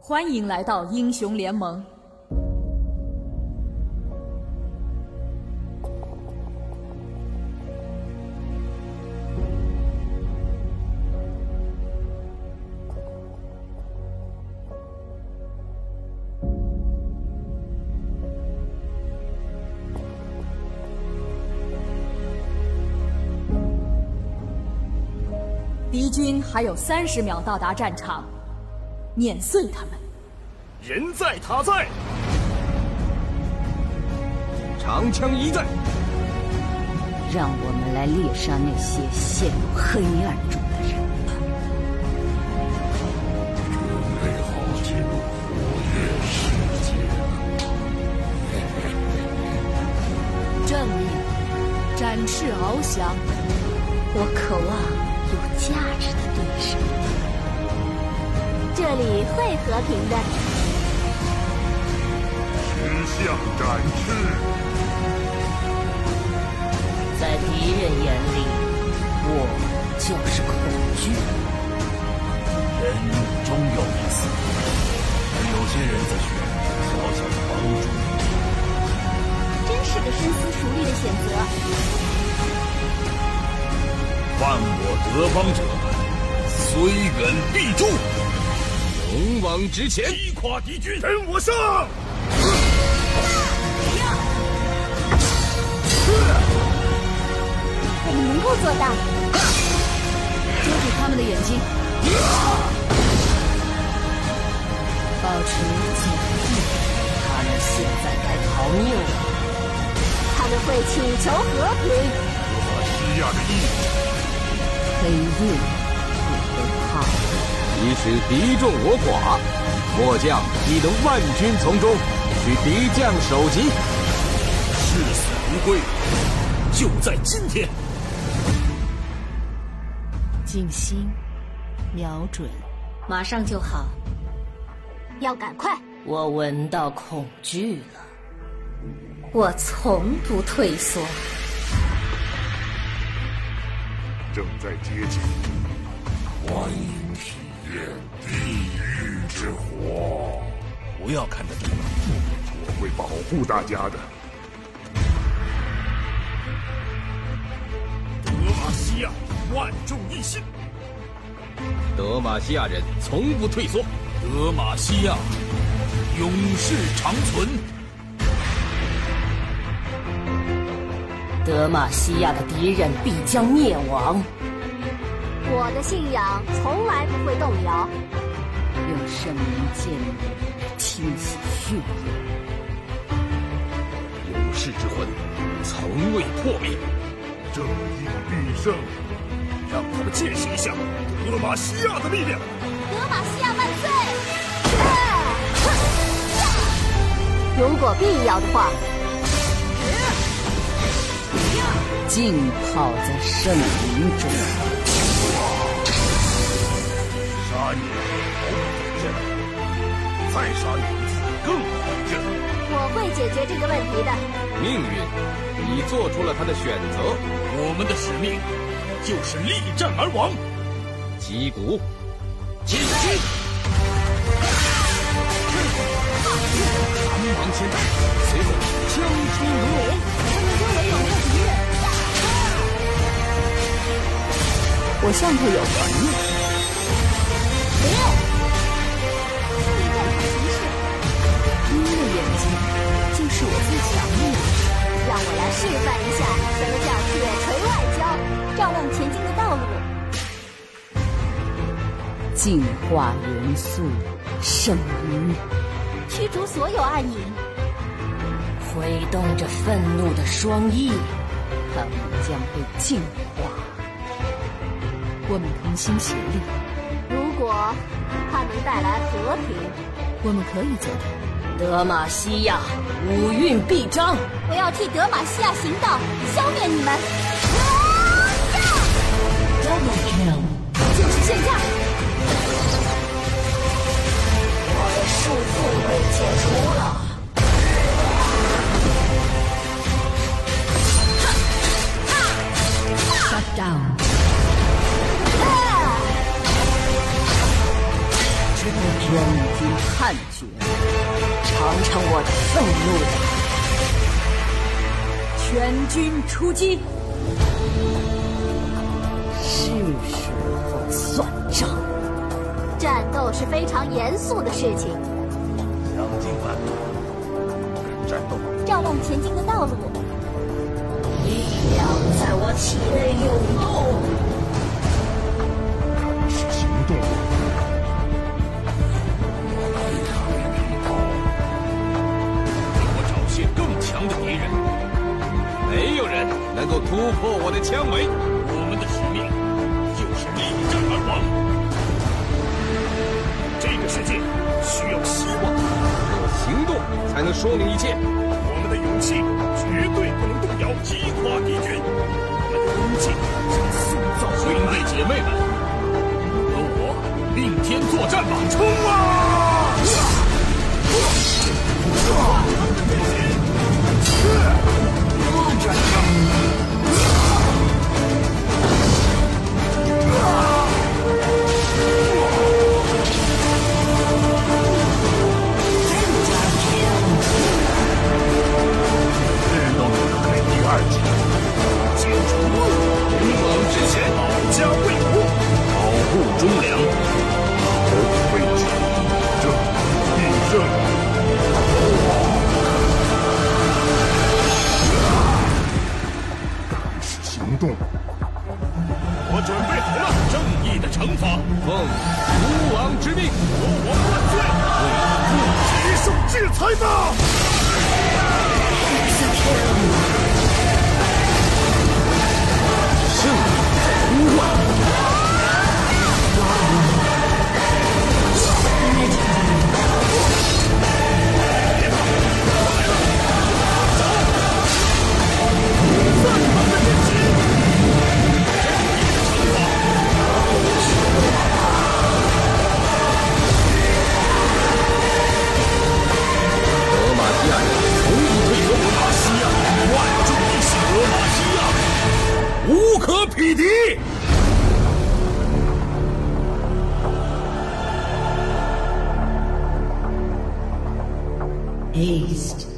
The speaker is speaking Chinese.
欢迎来到英雄联盟。敌军还有三十秒到达战场，碾碎他们！人在塔在，长枪一在，让我们来猎杀那些陷入黑暗中的人吧。准备好进入火焰世界。正义展翅翱翔，我渴望。有价值的对手，这里会和平的。石像展翅，在敌人眼里，我就是恐惧。人终有一死，而有些人则选择小小的帮助。真是个深思熟虑的选择。犯我德邦者，虽远必诛。勇往直前，击垮敌军，跟我上！我们能够做到，遮住他们的眼睛，保持警惕，他们现在该逃命了。他们会请求和平。我把西亚的义。黑夜不会怕。即使敌众我寡，末将亦能万军从中，取敌将首级。视死如归，就在今天。静心，瞄准，马上就好。要赶快！我闻到恐惧了，我从不退缩。正在接近，欢迎体验地狱之火。不要看得这么我会保护大家的。德玛西亚，万众一心。德玛西亚人从不退缩。德玛西亚，永世长存。德玛西亚的敌人必将灭亡。我的信仰从来不会动摇。用圣灵见你清洗血液。勇士之魂从未破灭。正义必胜。让他们见识一下德玛西亚的力量。德玛西亚万岁！如果必要的话。浸泡在圣灵中。杀你好阵，再杀你一次更狠阵。我会解决这个问题的。命运已做出了他的选择，我们的使命就是力战而亡。击鼓，进击！寒芒先到，随后枪出如龙。他们拥有。我上头有魂。六，对战骑士，鹰的眼睛就是我最强的武器。让我来示范一下什么叫铁锤外交，照亮前进的道路。净化元素，圣灵，驱逐所有暗影，挥动着愤怒的双翼，他们将被净化。我们同心协力。如果它能带来和平，我们可以做到。德玛西亚，五运必彰！我要替德玛西亚行道，消灭你们！ Double kill！就是现在！我的束缚被解除了。 Shut down！这个人已经承我的愤怒的。全军出击，是时候算账。战斗是非常严肃的事情，想尽办法跟战斗。照亮前进的道路。力量在我体内涌动。是行动。我来开一刀，让我找些更强的敌人。没有人能够突破我的枪围。我们的使命就是力战而亡。这个世界需要希望，用行动才能说明一切。我们的勇气绝对不能动摇，击垮敌军。我们的勇气将塑造兄弟姐妹们，和我并肩作战吧！冲啊！日斗者的第二季，解除勇往直前，保家卫国，保护忠良，为己正必胜。开始行动。我准备好了，正义的惩罚，奉吾王之命，我王万岁，接受制裁吧！德玛西亚人罗马西亚，万众一心，罗马西亚无可匹敌。 Haste